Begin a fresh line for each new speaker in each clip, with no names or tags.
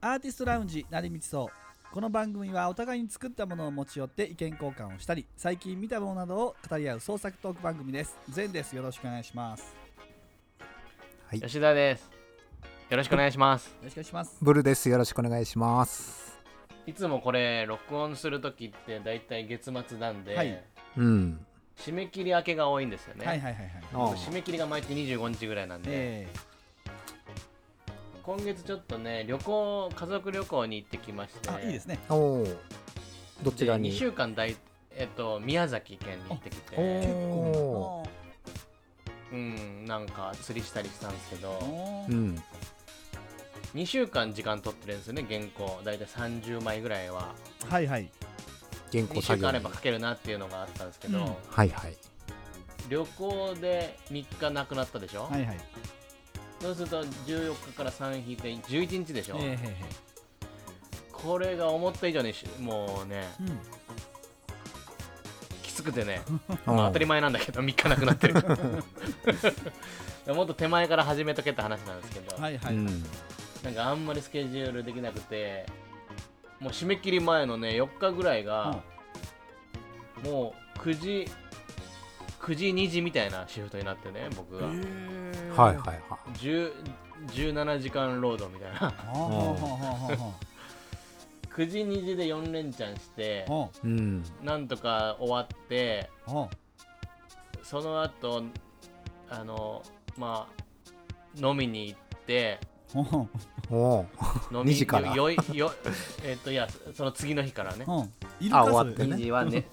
アーティストラウンジ成光荘この番組はお互いに作ったものを持ち寄って意見交換をしたり最近見たものなどを語り合う創作トーク番組です全ですよろしくお願いしますよ
はい
吉田ですよろしくお願いします
ろしくお願いします
ブルですよろしくお願いします
いつもこれ録音する時ってだいたい月末なんで、
はい
うん
締め切り明けが多いんですよね、
はいはいはいはい
あ
締め切りが毎月25日ぐらいなんで、
え
今月ちょっとね旅行家族旅行に行ってきまして
ー、あいいですね
あおおどちらに
2週間だいえっと宮崎県に行ってき
結
て
構
うんなんか釣りしたりしたんですけ
あー
ど
お
う
ー
ん
2週間時間取ってるんですよね原稿だいたい30枚ぐらいは
はいはい
原
2
稿
週
作
間
業
あ
に
れば書けるなっていうのがあったんですけど、
うん
はいはい
旅行で3日なくなったでしょ、
はいはい
そうすると14日から3引いて11日でし
え
ょ、
ーへーへ
これが思った以上にしもうね
ーうん
きつくてね、まあ、
当
当たり前なんだけど3日なくなってるもっと手前から始めとけって話なんですけど、
はいはい、
うん
なんかあんまりスケジュールできなくてもう締め切り前のね4日ぐらいが、もう9時9時2時みたいなシフトになってね僕が、
え
はいはいはい
10 17時間労働みたいな
はあはあはあは
9時2時で4連チャンして
あは
うん
なんとか終わって
あは
その後あのまあ飲みに行って
あは
おお
飲
2
み
時から
よいよ えっといやその次の日からね
あはあいる
あ
か
終わっ
それ
てね
2時はね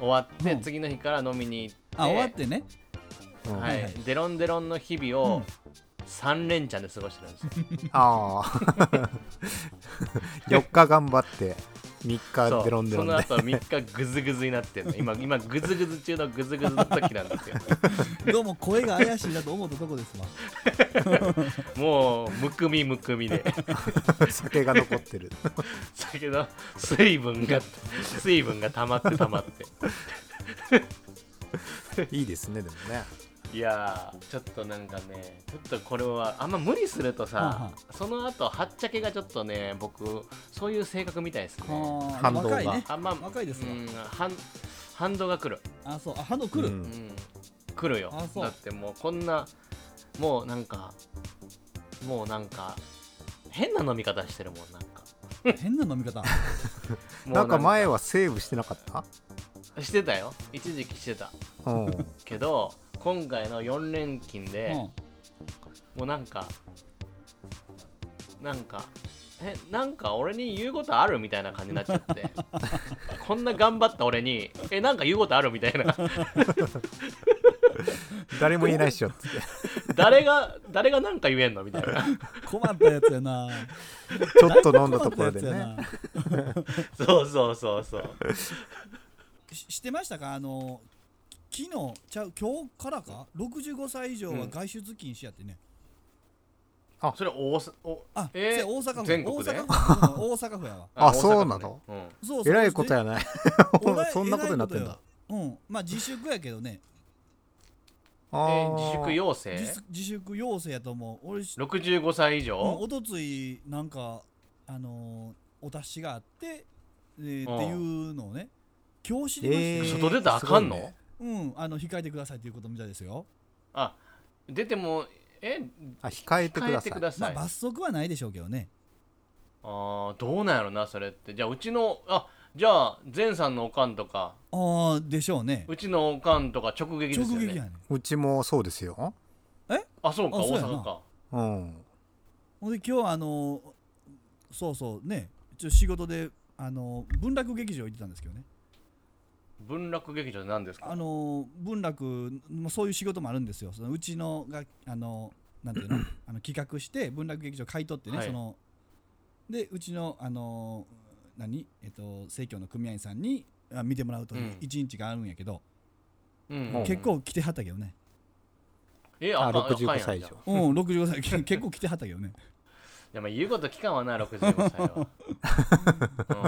終わって、
うん
次の日から飲みに行って
あ終わってね
うん
はい
はいはい
デロンデロンの日々を3連チャンで過ごしてるんですよ
ああ 4日頑張って3
そ
日
う
デロンデロン
その
で
後3日グズグズになってるの今今グズグズ中のグズグズの時なんですよ
どうも声が怪しいなと思ったとこですわ
もうむくみむくみで
酒が残ってる
だけど水分が水分が溜まって溜まって
いいですねでもね
いやーちょっとなんかねちょっとこれはあんま無理すると
はあは
さその後はっちゃけがちょっとね僕そういう性格みたいですね
あー
反動が
若いね
あんま
若いですわ
うん反反動が来る、
あそうあ歯の来る、
うん
うん、来るよ
あそう
だってもうこんなもうなんかもうなんか変な飲み方してるもんなんか
変な飲み方
もう
なんか前はセーブしてなかった
してたよ一時期してた
うん
けど今回の4連勤で、
う
もうなんかなんかえなんか俺に言うことあるみたいな感じになっちゃって こんな頑張った俺にえなんか言うことあるみたいな
誰も言えないっしょっつって
誰が誰がなんか言えんのみたいな
ん困ったやつやな
ちょっと飲んだとこ ろで
だいぶ困っ
ね
たやつや
そうそうそうそう
なししてましたかあの昨日ちゃう今日からか65歳以上は外出禁止やってね、
それ大阪お
あ、
えー
せや大阪府
全国で
大阪府うん大阪府やわ
あ
大阪
そうなの
府ね
そうそう
えらいことやない
おら
そんなことになってん
えらい
だ
ことようんまあ自粛やけどね
う
あ
んえ
ー
自粛要請
自自粛要請やと思う俺し
65歳以
うん
上
おとついなんかあのー、お達しがあって、えー
うん
っていうのをね今日知りまして、
ー外出たらあかんの
すごいね
うんあの控えてくださいということみたいですよ
あ出てもえ
あ控えてく
変え
ださ
て
い
くださ
まあ
い、あ
罰則はないでしょうけどね
あーどうなんやろなそれってじゃあうちのあじゃあ前さんのおかんとか
ああでしょうね
うちのおかんとか直撃で
直
すよ
撃や
ね。
ね
うちもそうですよ
あ、そうか、
あそう
大
やな
阪か。
うん
ほんで今日あのー、そうそうねちょっと仕事であのー、文楽劇場行ってたんですけどね
文楽劇場って何ですか
あのー、文楽もそういう仕事もあるんですよそのうちのがあのー、なんていう のあの企画して文楽劇場買い取ってね、
はい
そのでうちのあのー、何えっと生協の組合員さんにあ見てもらうと
うん
一日があるんやけど、
うん
うん
結。構来てはったけど ね
え、
あ
あ、六十
65歳以上
うん65歳け結構来てはったけどね
でも言うこと聞かんわな、65歳は。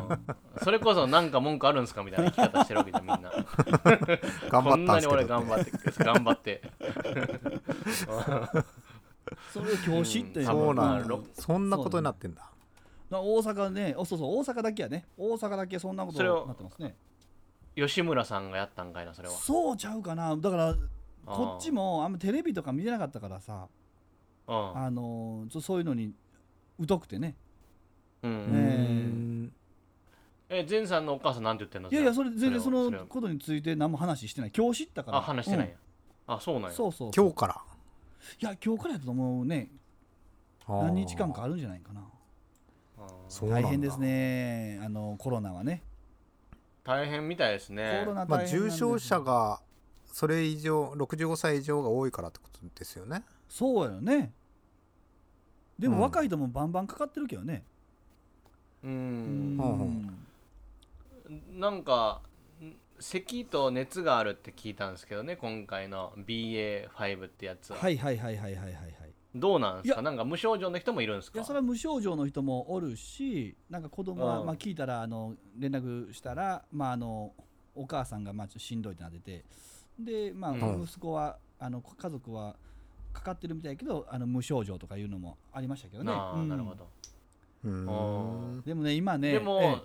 うんそれこそなんか文句あるんすかみたいな生き方してるわけじゃんみんな。
頑張
こ
っ
ん
た
なんに
すけど
俺
ね
頑張って、頑張って。
それを今日知って、
うん
そう
ま
な
あ
んだ
ろ
そんなことになってんだ
な大阪ねおそうそう大阪だけやね大阪だけそんなこと
それを
なってますね
吉村さん がやったんかいなそれは
そうちゃうかなだから
あー
こっちもあんまテレビとか見てなかったからさ
うん
あのーそそういうのに疎くてね
う
ね
ん
うん
え善さんのお母さんなんて言ってんの
いやいやそれ全然
は
その
れは
ことについて何も話してない今日知ったから
あ話してないんや、あそう
う
なん
ん
や
そうそう
今日から
いや今日からやったと思うね
あー
何日間かあるんじゃないかな
あー
そうな
大
んだ
変ですねあのコロナはね
大変みたいです
コ
ね
ロナ
まあ
大変なん
重
ですよ
症者がそれ以上65歳以上が多いからってことですよね
そうやよねでも
うん
若い人もバンバンかかってるけどね
う
うん
ほうほうん
なんかん咳と熱があるって聞いたんですけどね今回の BA.5 ってやつは、
はいはいはいはいはいはいはい
どうなんです
いや
かなんか無症状の人もいるんです
い
か
やそれは無症状の人もおるしなんか子供は
うん
まあ聞いたらあの連絡したらまああのお母さんがまあちょっとしんどいってなっててでまあ
うん
息子はあの家族はかかってるみたいやけどあの無症状とかいうのもありましたけどね
ああ
うん
なるほど、
うーん
でもね今ね
でも、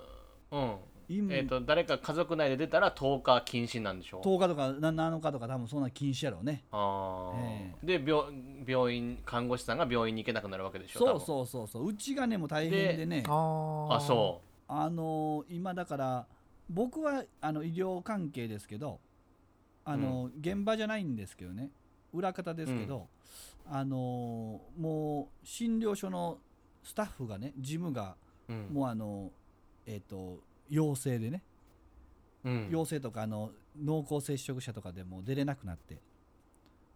え
うん
え今
えー、と誰か家族内で出たら10日禁止なんでしょう
10日とかな7日とか多分そんな禁止やろうね
あー、
え
で病病院看護師さんが病院に行けなくなるわけでしょ
そう
う
そうそうそううちがねもう大変でね
あー
あそ
あのー今だから僕はあの医療関係ですけどあのー、現場じゃないんですけどね裏方ですけど、あのーもう診療所のスタッフがね事務が
う、うん
もうあのーえっ、と陽性でね、
うん
陽性とかあの濃厚接触者とかでもう出れなくなって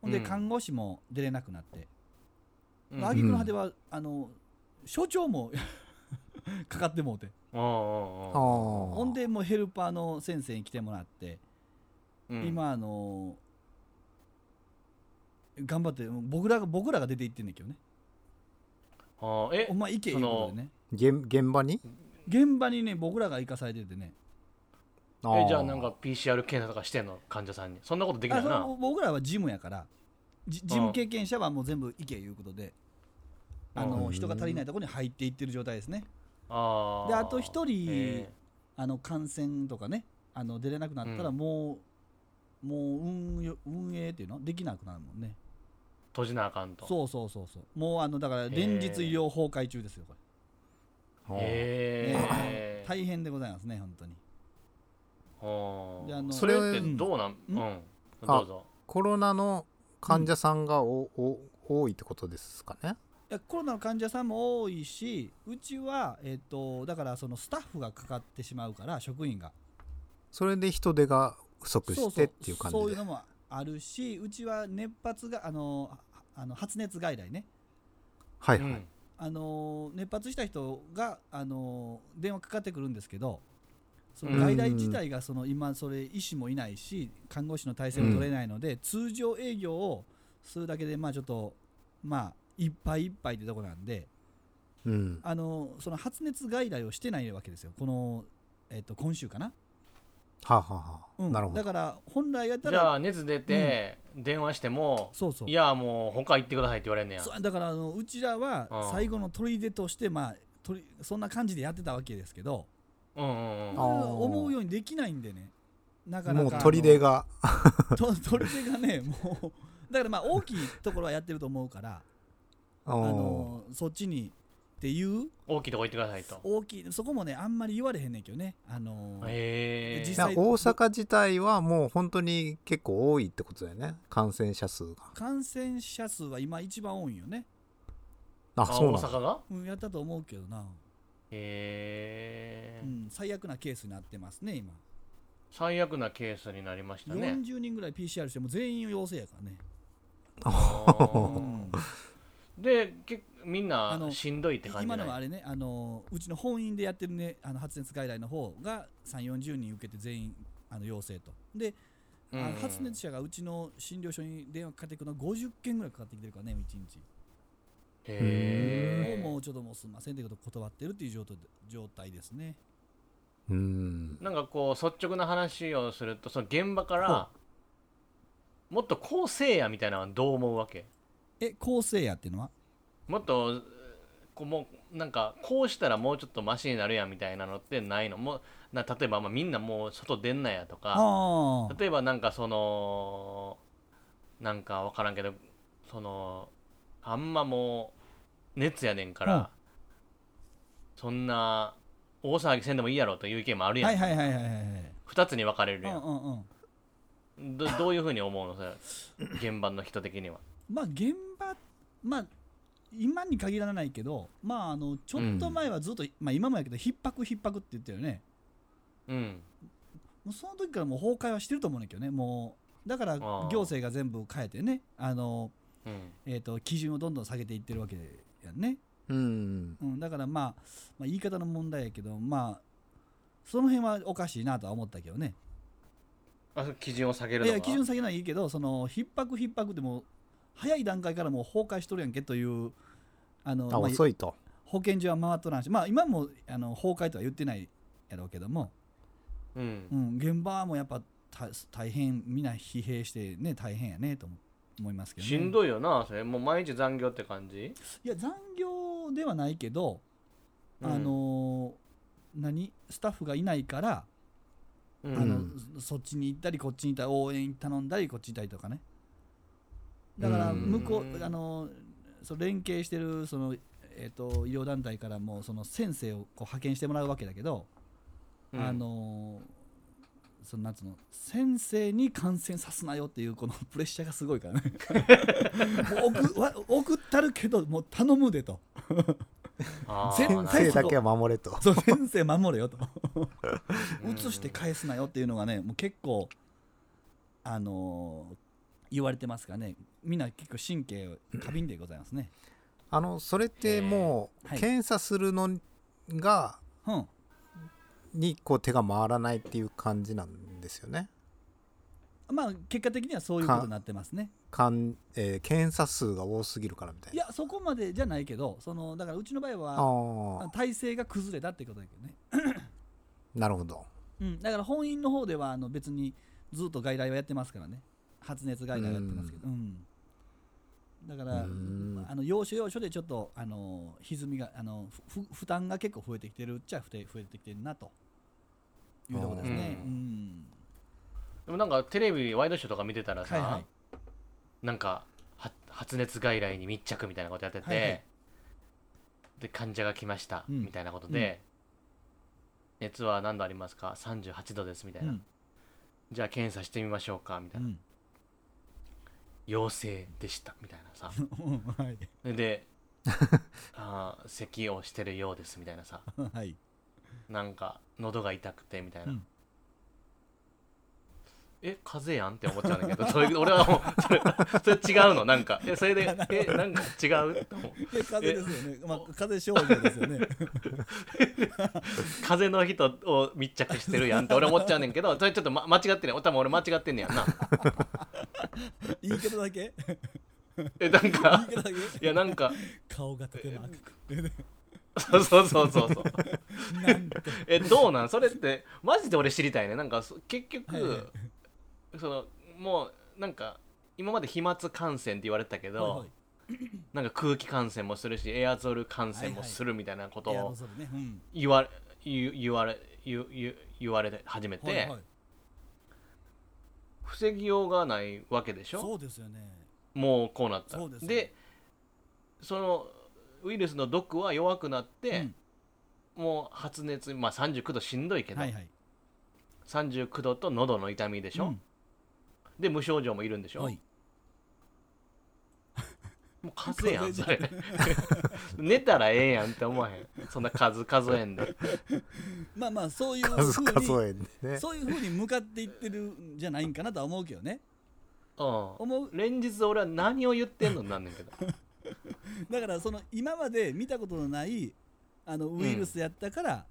ほんで
うん
看護師も出れなくなって、
うん
挙句の果ては、あの所長も かかってもうて
うんうんうん
あ
ほんでもうヘルパーの先生に来てもらって、
うん
今あの頑張ってもう僕らが僕らが出て行ってんねんけどね
あーえ
お前行けい
そうの
ことでね
現現場に
現場にね僕らが行かされててね
えじゃあなんか PCR 検査とかしてんの患者さんにそんなことできな
あ
い
それ
な
僕らはジムやからジジム経験者はもう全部行けいうことであの
うん
人が足りないところに入っていってる状態ですね
あー
であと一人
え
あの感染とかねあの出れなくなったら
うん
もう、もう運よ運営っていうのできなくなるもんね
ー閉じなあかんと
そうそうそうそうもうあのだから連日医療崩壊中ですよこ
あー
へ
れ
え
大変でございますね本当に
は
で
あ
あの
それって
うん
どうなん
うん
うんどうぞ
コロナの患者さんがお、お多いってことですかね
いやコロナの患者さんも多いしうちは、えっとだからそのスタッフがかかってしまうから職員が
それで人手が不足
そう
してっていう感じ
そう
で
そういうのもあるしうちは熱発があのあの発熱外来ね
は
う
いはい、
ん
あの熱発した人があの電話かかってくるんですけどその
うん
外来自体がその今それ医師もいないし看護師の体制も取れないので、通常営業をするだけでまあちょっとまあいっぱいいっぱいってとこなんで
うん
あのその発熱外来をしてないわけですよこの、えっと今週かな、
はあ、はあはあ
うん
なるほ
だ
ど
から本来やった
じゃ
ら
あ熱出て電話しても
そうそう
いやもう他行ってくださいって言われんねや
そうだからあのうちらは
うん
最後の砦としてまあ取りそんな感じでやってたわけですけど
うんうんうん
あー
思うようにできないんでねなかなか
もう
あの
砦が
と砦がね もうだからまあ大きいところはやってると思うからあ
あの
のそっちにっていう
大きいとこ行ってくださいと
大きいそこもねあんまり言われへんねんけどねあの
へ
実
いや
際
え
大阪自体はもう本当に結構多いってことだよね感染者数が
感染者数は今一番多いんよね、
あそう
大
なんだ
阪が
うん、やったと思うけどな、
へ
う
え
ん、最悪なケースになってますね今
最悪なケースになりましたね
40人ぐらい PCR しても全員陽性やからね、
あ
う
ー
ん、
でけみん
あ
な
の
しんどいって感じ
今の
な
はいあれねあのうちの本院でやってるねあの発熱外来の方が3 4 0人受けて全員あの陽性とで、あの
うん
発熱者がうちの診療所に電話かかってくるのは50件ぐらいかかってきてるからね1日、
へ
もうも
え
うちょっともうすんませんということを断ってるっていう状態で状態ですね
うん
なんかこう率直な話をするとその現場からもっとこうせえやみたいなのはどう思うわけ
え構成やっていうのは
もっとこうもうなんかこうしたらもうちょっとマシになるやんみたいなのってないのもうな例えば、まあ、みんなもう外出んなやとか
ああ
例えばなんかそのなんか分からんけどそのあんまもう熱やねんから、
うん
そんな大騒ぎせんでもいいやろという意見もあるやん、
はいはいはいはいはいはい
2つに分かれる
う
や
ん
ん、
うんうん
どどういうふうに思うのそれ現場の人的には
まあ現場まあ今に限らないけどまああのちょっと前はずっと、まあ今もやけど逼迫逼迫って言ったよね
うん
もうその時からもう崩壊はしてると思うんだけどねもうだから行政が全部変えてねあの、
うん
えー、と基準をどんどん下げていってるわけやんね、
うん
うん、だから、まあ、まあ言い方の問題やけどまあその辺はおかしいなとは思ったけどね
あそ基準を下げる
い
のが
や基準下げないいいけどその逼迫逼迫でもう早い段階からもう崩壊しとるやんけというあの
あ
まあ
遅いと
保健所は回っとらんし、まあ、今もあの崩壊とは言ってないやろうけども、
う、
うんん、現場はもうやっぱ大大変みんな疲弊してね大変やねと思思いますけど、ね、
しん
い
どいよなそれもう毎日残業って感じ
いや残業ではないけど、あのー何スタッフがいないから、
うん
あ
う
の
ん
そそっちに行ったりこっちに行ったり応援頼んだりこっちに行ったりとかねだから
うん
向こう、
うん
あのーその連携してるその、えっと医療団体からもその先生をこう派遣してもらうわけだけど、
うん
あのーそのなんつうの先生に感染さすなよっていうこのプレッシャーがすごいから ねもう送わ送ったるけどもう頼むでと
あー
絶
なるほど
対
生だけは守れと
そう先生守れよと
うん
移して返すなよっていうのがねもう結構あのー言われてますからねみんな結構神経過敏でございますね
あのそれっても
へ
う
ーはい
検査するのが
うん
にこう手が回らないっていう感じなんですよね
まあ結果的にはそういうことになってますね
かん、えー検査数が多すぎるからみたい
い
な
やそこまでじゃないけどそのだからうちの場合
あ
は
あ
体制が崩れたってことだけどね
なるほど
うん、だから本院の方ではあの別にずっと外来はやってますからね発熱外来はやってますけど、うんだから
うん
あの要所要所でちょっとあの歪みがあのふふ負担が結構増えてきてるっちゃふて増えてきてるなというところですね。
う
うんん
でもなんかテレビワイドショーとか見てたらさ、
はいはい
なんかは発熱外来に密着みたいなことやってて、
はいはい
で患者が来ました、
うん
みたいなことで、熱は何度ありますか38度ですみたいうな、
ん
じゃあ検査してみましょうかみた
う
いな、
ん
陽性でしたみたいなさ
はい
でであー咳をしてるようですみたいなさ
はい
なんか喉が痛くてみたいな、
うん
え風邪やんって思っちゃうんだけどそれ俺はもうそれそれ違うのなんかえそれでえなんか違うって思う
いや風邪ですよね、 まあ、風邪症状ですよね
風の人を密着してるやんって俺思っちゃうねんけどそれちょっと、ま、間違ってね多分俺間違ってんねやんな
言い方だけ
えなん
言
か
い方だ
い
け
やなんか
顔がとても赤く
そうそうそうそうそう
なんて
えどうなんそれってマジで俺知りたいねなんかそ結局、
はいはい
そのもうなんか今まで飛沫感染って言われてたけ ど、
はいはい
なんか空気感染もするしエアゾル感染もするみたいなこと
エアロ
を
ゾルねうん
言われ言言われ言言言われ始めて、
はいはい
防ぎようがないわけでしょ
そうですよね
もうこうなった
そうですね
そのウイルスの毒は弱くなって、もう発熱、まあ、39度しんどいけ
うん、
ど、
はいはい
39度と喉の痛みでしょ、
うん
で無症状もいるんでしょ、
はい
もう数えや んそ
風
れ 寝たらええやんって思わへんそんな数数えんで
まあまあそういう風
数
に
数えんでね
そういうふうに向かっていってるんじゃないんかなとは思うけどね
う
思うん
連日俺は何を言ってんのになんねんけど
だからその今まで見たことのないあのウイルスやったから、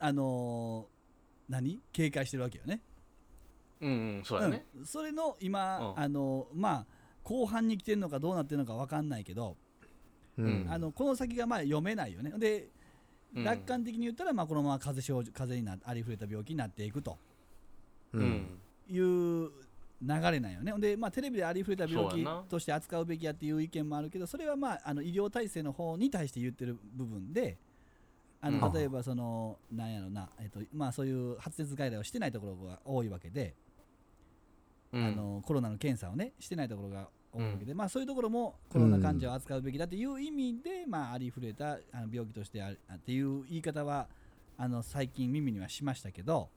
あのー何警戒してるわけよね
うんうんそうだね、
うん、それの今、
うん
あのーまあ後半に来てるのかどうなってるのか分かんないけど、
うん
あのこの先がまあ読めないよねで
うん
楽観的に言ったら、まあ、このまま風邪症状風邪になありふれた病気になっていくと
う
うんん
いう流れなんよねほんで、まあ、テレビでありふれた病
そう
気
やな
として扱うべきやっていう意見もあるけどそれは、まあ、あの医療体制の方に対して言ってる部分であ
う
の
ん
例えばその、なんやろな、えっとまあ、そういう発熱外来をしてないところが多いわけで、
うん
あのコロナの検査をねしてないところが多いわけで、まあ、そういうところもコロナ患者を扱うべきだという意味で、まあ、ありふれたあの病気としてあるあっていう言い方はあの最近耳にはしましたけど、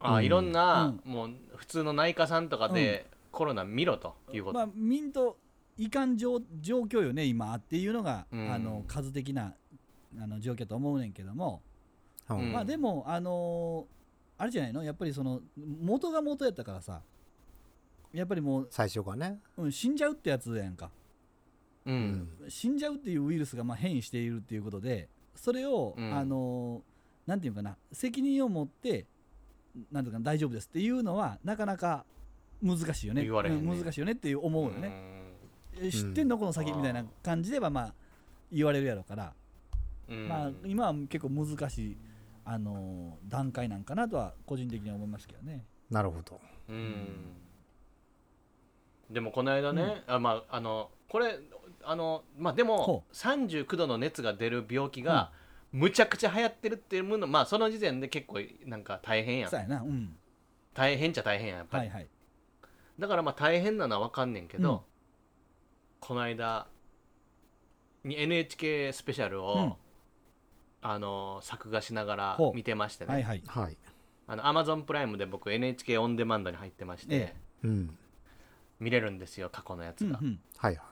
あいろんな、
う
もう普通の内科さんとかで、コロナ見ろということ、
まあ、ミントいかん状状況よね今っていうのが、
うん
あの数的なあの状況やと思うねんけども、
うん
うん
まあでもあのーあれじゃないのやっぱりその元が元やったからさやっぱりもう、
最初がね、
うん、死んじゃうってやつやんか
う
うん
死んじゃうっていうウイルスがまあ変異しているっていうことでそれを、
うん
あのーなんていうかな責任を持ってなんとか大丈夫ですっていうのはなかなか難しいよね
言われへんね
うん難しいよねっていう思うよね、え知ってんのこの先
うん
みたいな感じではまあ言われるやろから、
うんうん
まあ、今は結構難しい、あのー段階なんかなとは個人的には思いますけどね。
なるほど。
うんでもこの間ね、あまああのこれあのまあでも
ほ
39度の熱が出る病気が、むちゃくちゃ流行ってるっていうものまあその時点で結構なんか大変やん
そうやな、うん、
大変っちゃ大変やんやっぱり、
はいはい。
だからまあ大変なのは分かんねんけど、
うん
この間に NHK スペシャルを、
うん
あの作画しながら
ほう
見てましてね、
はいはい。
はい。
あの Amazon プライムで僕 NHK オンデマンドに入ってまして、
え
うん。
見れるんですよ過去のやつ
うん
が、
うん
はいは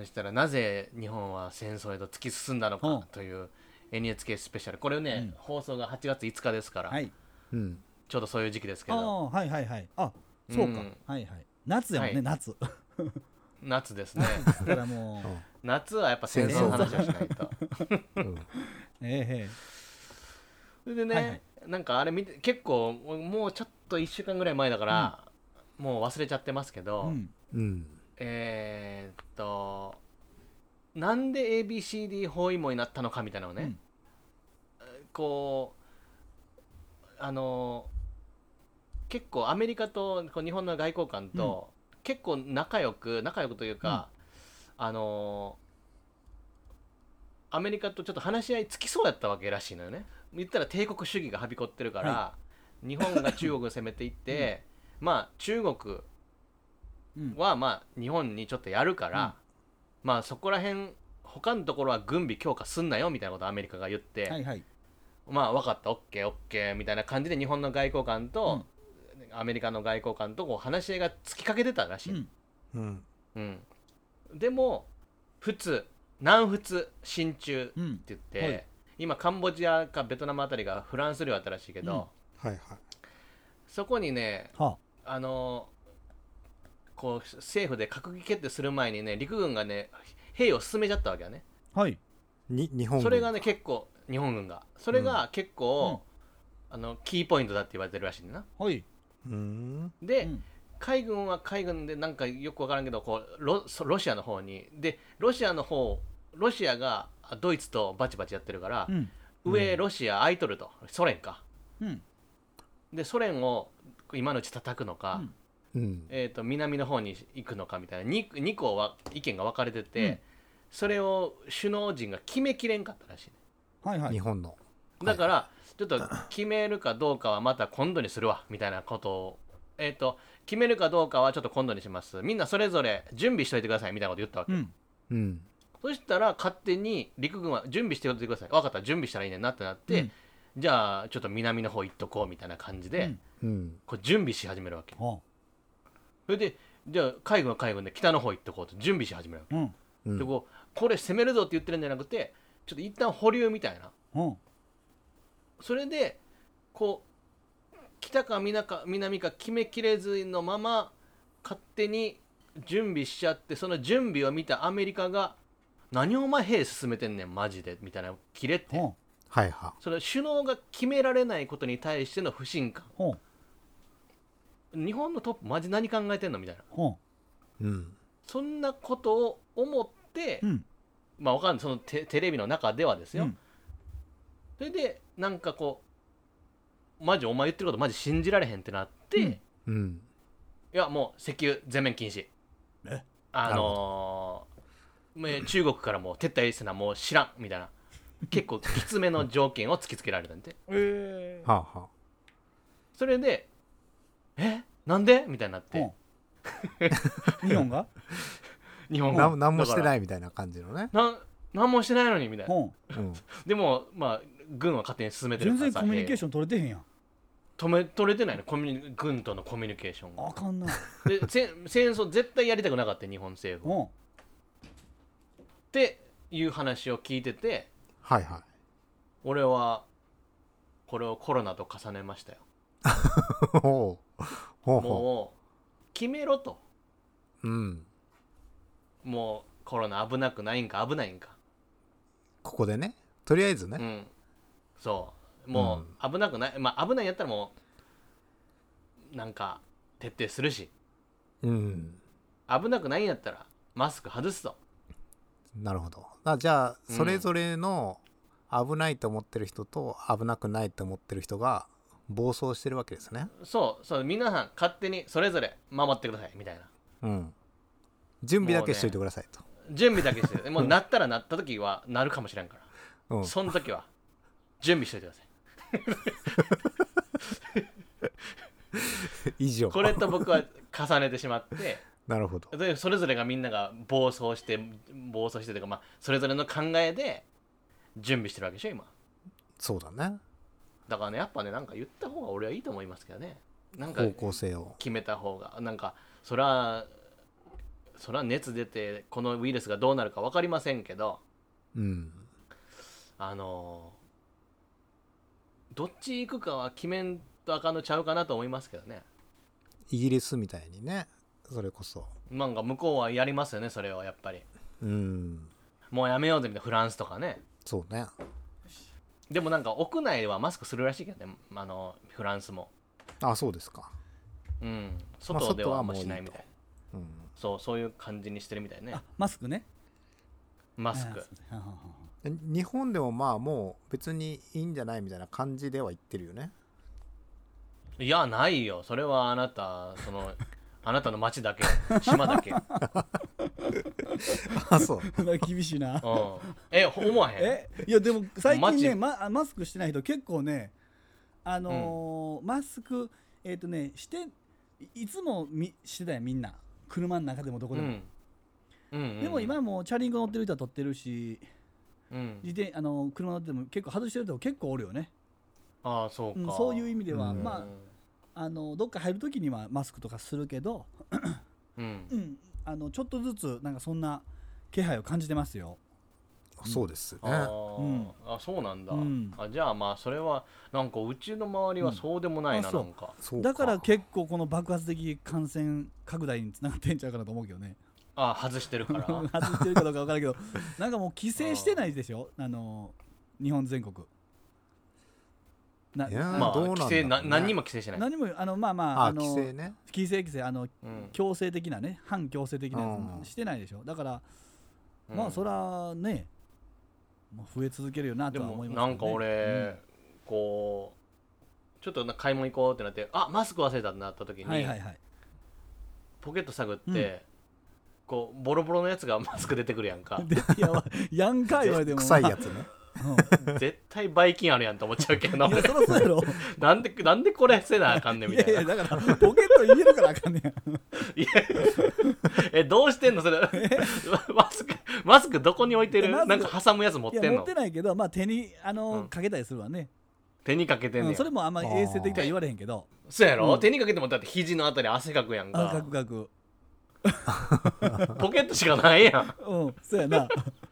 い。
そしたらなぜ日本は戦争へと突き進んだの
う
か
ん
という NHK スペシャルこれをね、
うん
放送が8月5日ですから、
はい、
うん。
ちょうどそういう時期ですけ
あ
ど
あ、はいはいはい。あそうか、
うん
はいはい。夏やもんね、
はい
夏。
夏で すね
だからもう、
夏はやっぱ戦争の話をしないと
うん
ええ
それでね、
はいはい
なんかあれ見て結構もうちょっと1週間ぐらい前だから、もう忘れちゃってますけ
ええ
ど、
うん。
うん。
えーっとなんで ABCD 包囲網になったのかみたいなのをね、こうあの結構アメリカとこう日本の外交官と、結構仲良く仲良くというか、あのアメリカとちょっと話し合いつきそうやったわけらしいのよね言ったら帝国主義がはびこってるから、日本が中国を攻めていって、まあ中国
うん。うん
はまあ日本にちょっとやるから、まあそこら辺他のところは軍備強化すんなよみたいなことアメリカが言って、
はいはい。
まあ分かったオッケーオッケーみたいな感じで日本の外交官と、アメリカの外交官とこう話し合いがつきかけてたらし
う
い、
ん。
うん。
うんでも仏南仏親中って
うん。
言って、
はい
今カンボジアかベトナムあたりがフランス領だったらしいけど、
うん
はいはい。
そこにね
は
あのこう政府で閣議決定する前にね陸軍がね兵を進めちゃったわけだね
あ。はい。
に、日本語
それがね結構日本軍がそれが結構、あのキーポイントだって言われてるらしいんだな
はい。
うん。
で、
うん
海軍は海軍でなんかよくわからんけどこうロそロシアの方にでロシアの方ロシアがあドイツとバチバチやってるから
う、ん。
上
うん
ロシア空いとるとソ連か
うん。
でソ連を今のうち叩くのか、
うん
うん。
えー、と南の方に行くのかみたいな 2, 2個は意見が分かれてて、
うん
それを首脳陣が決めきれんかったらしいね、
はいは
日
い。
本の。
だからちょっと決めるかどうかはまた今度にするわみたいなことを、えー、と決めるかどうかはちょっと今度にしますみんなそれぞれ準備しといてくださいみたいなこと言ったわけ、
うん。
うん。
そしたら勝手に陸軍は準備しておいてください分かった準備したらいいねんなってなって、
うん
じゃあちょっと南の方行っとこうみたいな感じで、
うん
うん。
こう準備し始めるわけ
は
それでじゃあ海軍は海軍で北の方行っとこうと準備し始めるわけ
あ。うん。
うん
でこうこれ攻めるぞって言ってるんじゃなくてちょっと一旦保留みたいな
うん。
それでこう北か南か南か決めきれずのまま勝手に準備しちゃってその準備を見たアメリカが「何お前兵進めてんねんマジで」みたいな切れて
は
はいは
その首脳が決められないことに対しての不信感
あ。は
日本のトップマジ何考えてんのみたいな
あ。はあ。
い。うん。
そんなことを思って
うん。
まあわかんないそのテテレビの中ではですよ、
うん
それでなんかこうマジお前言ってることマジ信じられへんってなって、
うん
うん。
いやもう石油全面禁止
え
あのーもう中国からもう撤退せなもう知らんみたいな結構きつめの条件を突きつけられたんで
え
はあは
それでえなんでみたいになって、
うん、日本が、
日
あ
本
なん何もして
い
ないみたいな感じのね、
なん何もしてないのにみたいな
うん、
うん、
でもまあ軍は勝手に進めてる
全
から
然
さ
コミュニケー
シ
ション取れてへんやん
ョン止め取れてないのコミュニ軍とのコミュニケーションが
あかんな
でせ戦争絶対やりたくなかった日本政府
う
は
ん
っていう話を聞いてて
はいはい
俺はこれをコロナと重ねましたよ
ほうほうほ
もう決めろと
ううん
もうコロナ危なくないんか危ないんか
ここでねとりあえずね、
うんそうもう危なくない、まあ危ないんやったらもうなんか徹底するし
うん、
危なくないんやったらマスク外すと
なるほどあじゃあそれぞれの危ないと思ってる人と危なくないと思ってる人が暴走してるわけですね
そうそう皆さん勝手にそれぞれ守ってくださいみたいな
うん準備だけしといてくださいと
準備だけしてもうなったらなった時はなるかもしれんから
う,、ん、
その時は準備しといてくだ さい
以上
これと僕は重ねてしまって
なるほど
でそれぞれがみんなが暴走して暴走してというか、まあ、それぞれの考えで準備してるわけでしょ今
そうだね
だからねやっぱねなんか言った方が俺はいいと思いますけどねなんか
方向性を
決めた方がなんかそれはそれは熱出てこのウイルスがどうなるか分かりませんけど
うん
あのーどっち行くかは決めんとあかんのちゃうかなと思いますけどね
イギリスみたいにねそれこそ
なんか向こうはやりますよねそれをやっぱり
うん
もうやめようぜみたいなフランスとかね
そうね
でもなんか屋内はマスクするらしいけどねあのフランスも
あそうですか
うん
まあ
外ではあんま
外はもう
し
いいと
ないみたいな、
うん
そうそういう感じにしてるみたいね
あマスクね
マスク
あすいませんはんはんはんはん
え日本でもまあもう別にいいんじゃないみたいな感じでは言ってるよね
いやないよそれはあなたそのあなたの町だけ島だけ、うん、
あそう
うわ 厳しい な
え思わへん
えいやでも最近
マジ
ねママスクしてない人結構ねあのーマスクえっ、とねしていいつもみしてたよみんな車の中でもどこでも、
うんうんうん
でも今はもうチャリンコ乗ってる人は取ってるし
うん
自転あのー車乗ってても結構外してる人結構おるよね、
ああそう
うん
か、
そういう意味では、
うん
まああのーどっか入る時にはマスクとかするけど、
うん、
うん、あのちょっとずつなんかそんな気配を感じてますよ
そうですね
あー、
うん
あそうなんだ、
うん
あじゃあまあそれはなんかうちの周りはそうでもないな、
うんあそう
なんか
そう
だから結構この爆発的感染拡大につながってんちゃうかなと思うけど ね
あ外してるから
外してるかどうか分からんけどなんかもう規制してないでしょあの日本全国ない
やー
まあ、
どうなんだろ
規
うね
制な何にも規制してない、
何もあのまあまあ
あ
あの
規制ね
規制規制あの
うん
強制的なね反強制的なや
うん
つしてないでしょだから、
うん
まあそらねもう増え続けるよな
で
とは
も
思います
なんか俺、こうちょっとな買い物行こうってなってあマスク忘れたってなった時に、
うんはいはいはい
ポケット探って、
うん
こうボロボロのやつが マスク出てくるやんか
でいやわやんか言われても
臭いやつね
うん
絶対ばい菌あるやんと思っちゃうけ ど
いやそらそうや ろ
なんでなんでこれせなあかんねん
い
みたい
や
ない
やだからポケット入れるからあかんねん
いやえどうしてんのそれ マスクマスクどこに置いてる
マスク
なんか挟むやつ持っ
い
て
や
ん
持っ
の
てないけどまあ手にあの、
うん
かけたりするわね、
手にかけてん
う
ね
ん
ん
それもあんまり衛生的とは言われへんけど
そうやろ、
うん
手にかけてもだって肘のあたり汗かくやん
あ
か
ガクガク
ポケットしかないやん
うんそうやな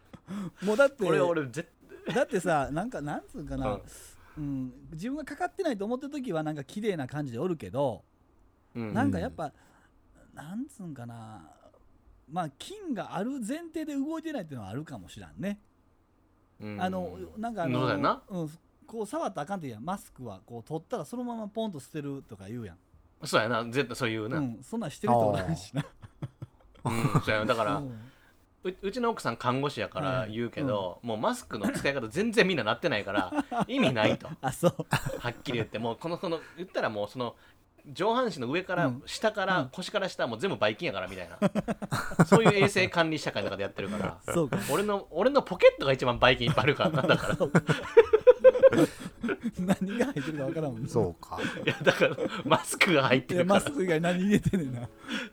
もうだって
これ俺絶
だってさなんかなんつうか
対、
な、うん自分がかかってないと思ってる時はなんか綺麗な感じでおるけど、
うん
なんかやっぱなんつうんかなまあ菌がある前提で動いてないっていうのはあるかもしらんね、
うん
あのなんかあの
そうだよな
うん、こう触ったらあかんって言うやんマスクはこう取ったらそのままポンと捨てるとか言うやん、
そうやな絶対そういう
う
な、うん
ん、そんなんしてる人おらんしな
そうやなだから、
う
うんうちの奥さん看護師やから
はい
言うけど、もうマスクの使い方全然みんなな ってないから意味ないと
あそう
はっきり言ってもうこのこの言ったらもうその上半身の上から、
うん
下から、
うん
腰から下はもう全部ばい菌やからみたいなそういう衛生管理社会の中でやってるから
そうか
俺の俺のポケットが一番ばい菌いっぱいあるからなんだから
何が入ってるかわからんもんね
そうか。
いやだからマスクが入って
いや
るか
マ
ら
スク以外何入れてんねんな
い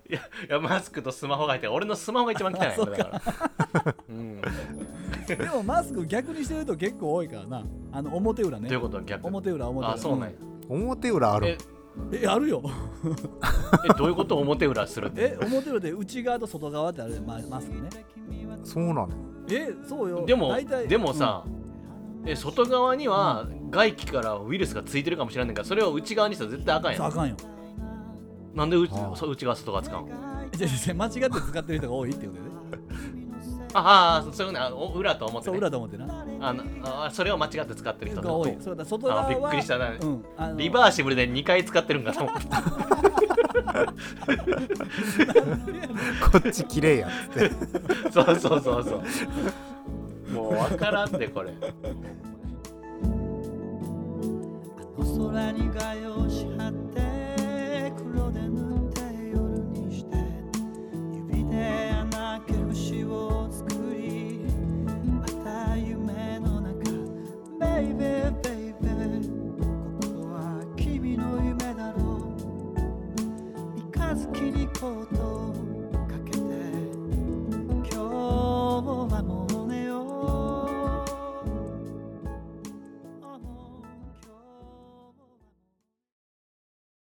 やいやマスクとスマホが入ってる俺のスマホが一番汚い
あそう
の
か
だから、うん、ど
でもマスク逆にしてると結構多いからなあの表裏ね
ういうこと逆
表裏表裏
あそうなんや
表裏ある。
え
えあるよ
えどういうこと表裏するって
え表裏で内側と外側ってあるまマスクね
そうなの。
えそうよ
でも
大体
でもさ、え外側には外気からウイルスがついてるかもしれないからそれを内側にしたら絶対あかん
うん
や
そうあ
ん
かんよ
なんでうち
ああ
そう内側外側使うの
いやいや間違って使ってる人が多いってことでね
ああそういうのあお裏と思って、
そう
ね、
裏と思ってな
あなあそれを間違って使ってる人
が多いそうだ外側は
あびっくりしたな
うん、あの
リバーシブルで2回使ってるんかと思った
こっち綺麗やっつって。
そうそうそ うそうもう分からんでこれ
お空にがよし張って黒で塗って夜にして指で穴開け星を作りまた夢の中ベイベーベイベーここは君の夢だろう三日月に行こうと